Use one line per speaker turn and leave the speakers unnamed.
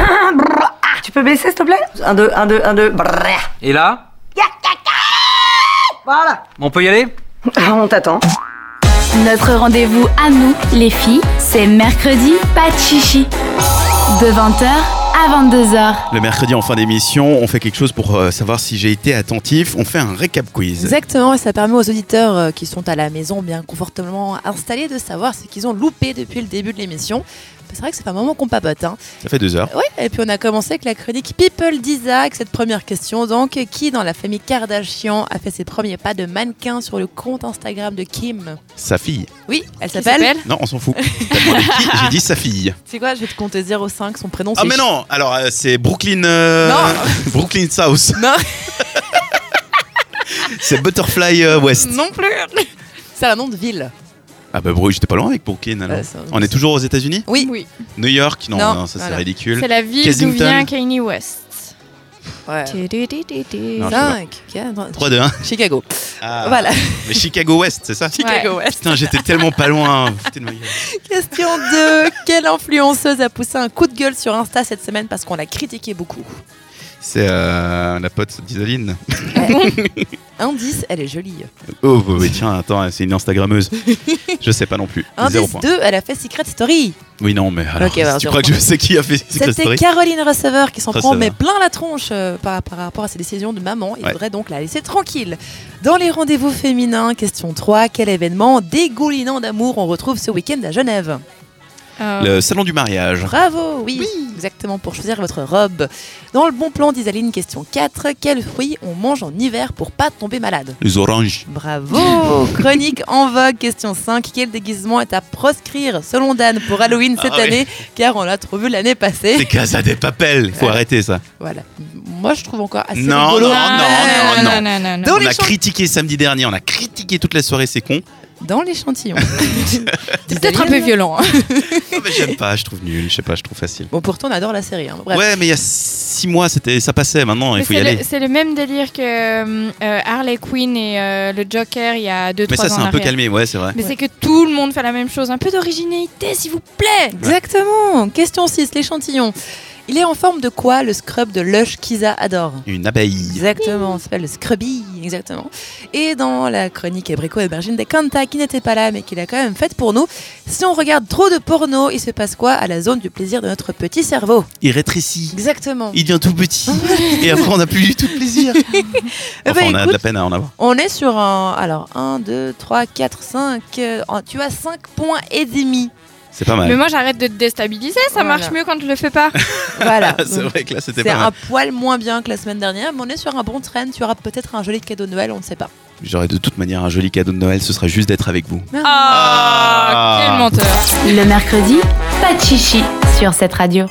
Ah, tu peux baisser s'il te plaît Un, deux, un, deux, un, deux. Brrr.
Et là
Voilà.
On peut y aller
Ah, On t'attend.
Notre rendez-vous à nous, les filles, c'est mercredi, pas de chichi. De 20h à 22h.
Le mercredi en fin d'émission, on fait quelque chose pour euh, savoir si j'ai été attentif. On fait un récap quiz.
Exactement, et ça permet aux auditeurs euh, qui sont à la maison bien confortablement installés de savoir ce qu'ils ont loupé depuis le début de l'émission. C'est vrai que c'est un moment qu'on papote. Hein.
Ça fait deux heures.
Ouais, et puis on a commencé avec la chronique People d'Isaac. Cette première question, donc, qui dans la famille Kardashian a fait ses premiers pas de mannequin sur le compte Instagram de Kim
Sa fille.
Oui, elle s'appelle.
s'appelle
Non, on s'en fout. T'as demandé qui J'ai dit sa fille.
C'est quoi Je vais te compter 05, son prénom
Ah
c'est
mais non Alors euh, c'est Brooklyn... euh,
Non.
Brooklyn South.
Non.
c'est Butterfly euh, West.
Ch- Non plus C'est un nom de ville.
Ah bah Bruges, j'étais pas loin avec Brooklyn alors.
Ouais, c'est un-
on est toujours aux états unis
Bah, Oui.
Oui.
New York Non,
Non,
non, ça c'est
voilà.
ridicule.
C'est la ville
Kensington.
d'où vient Kanye West.
Ouais.
Tu-tu-tu-tu-tu.
Non, je sais pas.
5, 4,
3, 2, 1.
Chicago.
Ah,
Voilà.
Mais Chicago West, c'est ça
Chicago
West.
Putain, j'étais tellement pas loin. Putain de ma gueule.
Question 2. Quelle influenceuse a poussé un coup de gueule sur Insta cette semaine parce qu'on l'a critiqué beaucoup
C'est euh, la pote d'Isoline.
Indice, elle est jolie.
Oh, oui, oui, tiens, attends, c'est une Instagrammeuse. Je sais pas non plus. Zéro
Indice
point.
2, elle a fait Secret Story.
Oui, non, mais alors,
Ok, alors,
tu
zéro
crois que je sais qui a fait Secret
C'était
Story
Caroline Receveur qui s'en prend
Receveur.
mais plein la tronche euh, par, par rapport à ses décisions de maman. Il
Ouais.
faudrait donc la laisser tranquille. Dans les rendez-vous féminins, question 3. Quel événement dégoulinant d'amour on retrouve ce week-end à Genève
Euh,
Le salon du mariage.
Bravo, oui, exactement, pour choisir votre robe. Dans le bon plan d'Isaline, question 4, quels fruits on mange en hiver pour pas tomber malade
Les oranges.
Bravo Chronique en vogue, question 5, quel déguisement est à proscrire selon Dan pour Halloween cette
Ah ouais.
année Car on l'a trouvé l'année
C'est
passée.
Casa des Papels. Faut
Ouais.
arrêter ça.
Voilà, moi je trouve encore assez
Oh, Non,
rigolo.
non, non, non, non.
non, non, non.
Dans
On
les
a
champs-
critiqué samedi dernier, on a critiqué toute la soirée, c'est con.
Dans l'échantillon.
C'est peut-être un peu violent. hein.
Ah, mais j'aime pas, je trouve nul, je sais pas, je trouve facile.
Bon, pourtant on adore la série. hein. Bref.
Ouais, mais il y a six mois, c'était, ça passait. Maintenant,
Mais
il faut y
C'est
aller.
le, c'est le même délire que euh, euh, Harley Quinn et euh, le Joker il y a 2-3 ans.
Mais ça, c'est
en
un peu
arrière.
calmé. Ouais, c'est vrai.
Mais c'est que tout le monde fait la même chose. Un peu d'originalité, s'il vous plaît.
Exactement, question 6, l'échantillon. Il est en forme de quoi le scrub de Lush qu'Isa adore
Une abeille.
Exactement, ça s'appelle le Scrubby, exactement. Et dans la chronique Abrico et Bergine des Kanta, qui n'était pas là, mais qui l'a quand même faite pour nous, si on regarde trop de porno, il se passe quoi à la zone du plaisir de notre petit cerveau
Il rétrécit.
Exactement.
Il devient tout petit. Et après, on n'a plus du tout de plaisir.
Eh
Enfin,
ben,
on a de
écoute,
la peine à en avoir.
on est sur un... Alors, 1, 2, 3, 4, 5... euh, tu as 5 points et demi.
C'est pas
Mais
mal.
moi, j'arrête de te déstabiliser. Ça
Voilà.
marche mieux quand je le fais pas.
Voilà.
Ah, c'est
Donc,
vrai que là, c'était
C'est
pas mal.
un poil moins bien que la semaine dernière, mais on est sur un bon train. Tu auras peut-être un joli cadeau de Noël, on ne sait pas.
J'aurais de toute manière un joli cadeau de Noël. Ce sera juste d'être avec vous.
Ah,
Ah.
quel menteur.
Le mercredi, pas de chichi sur cette radio.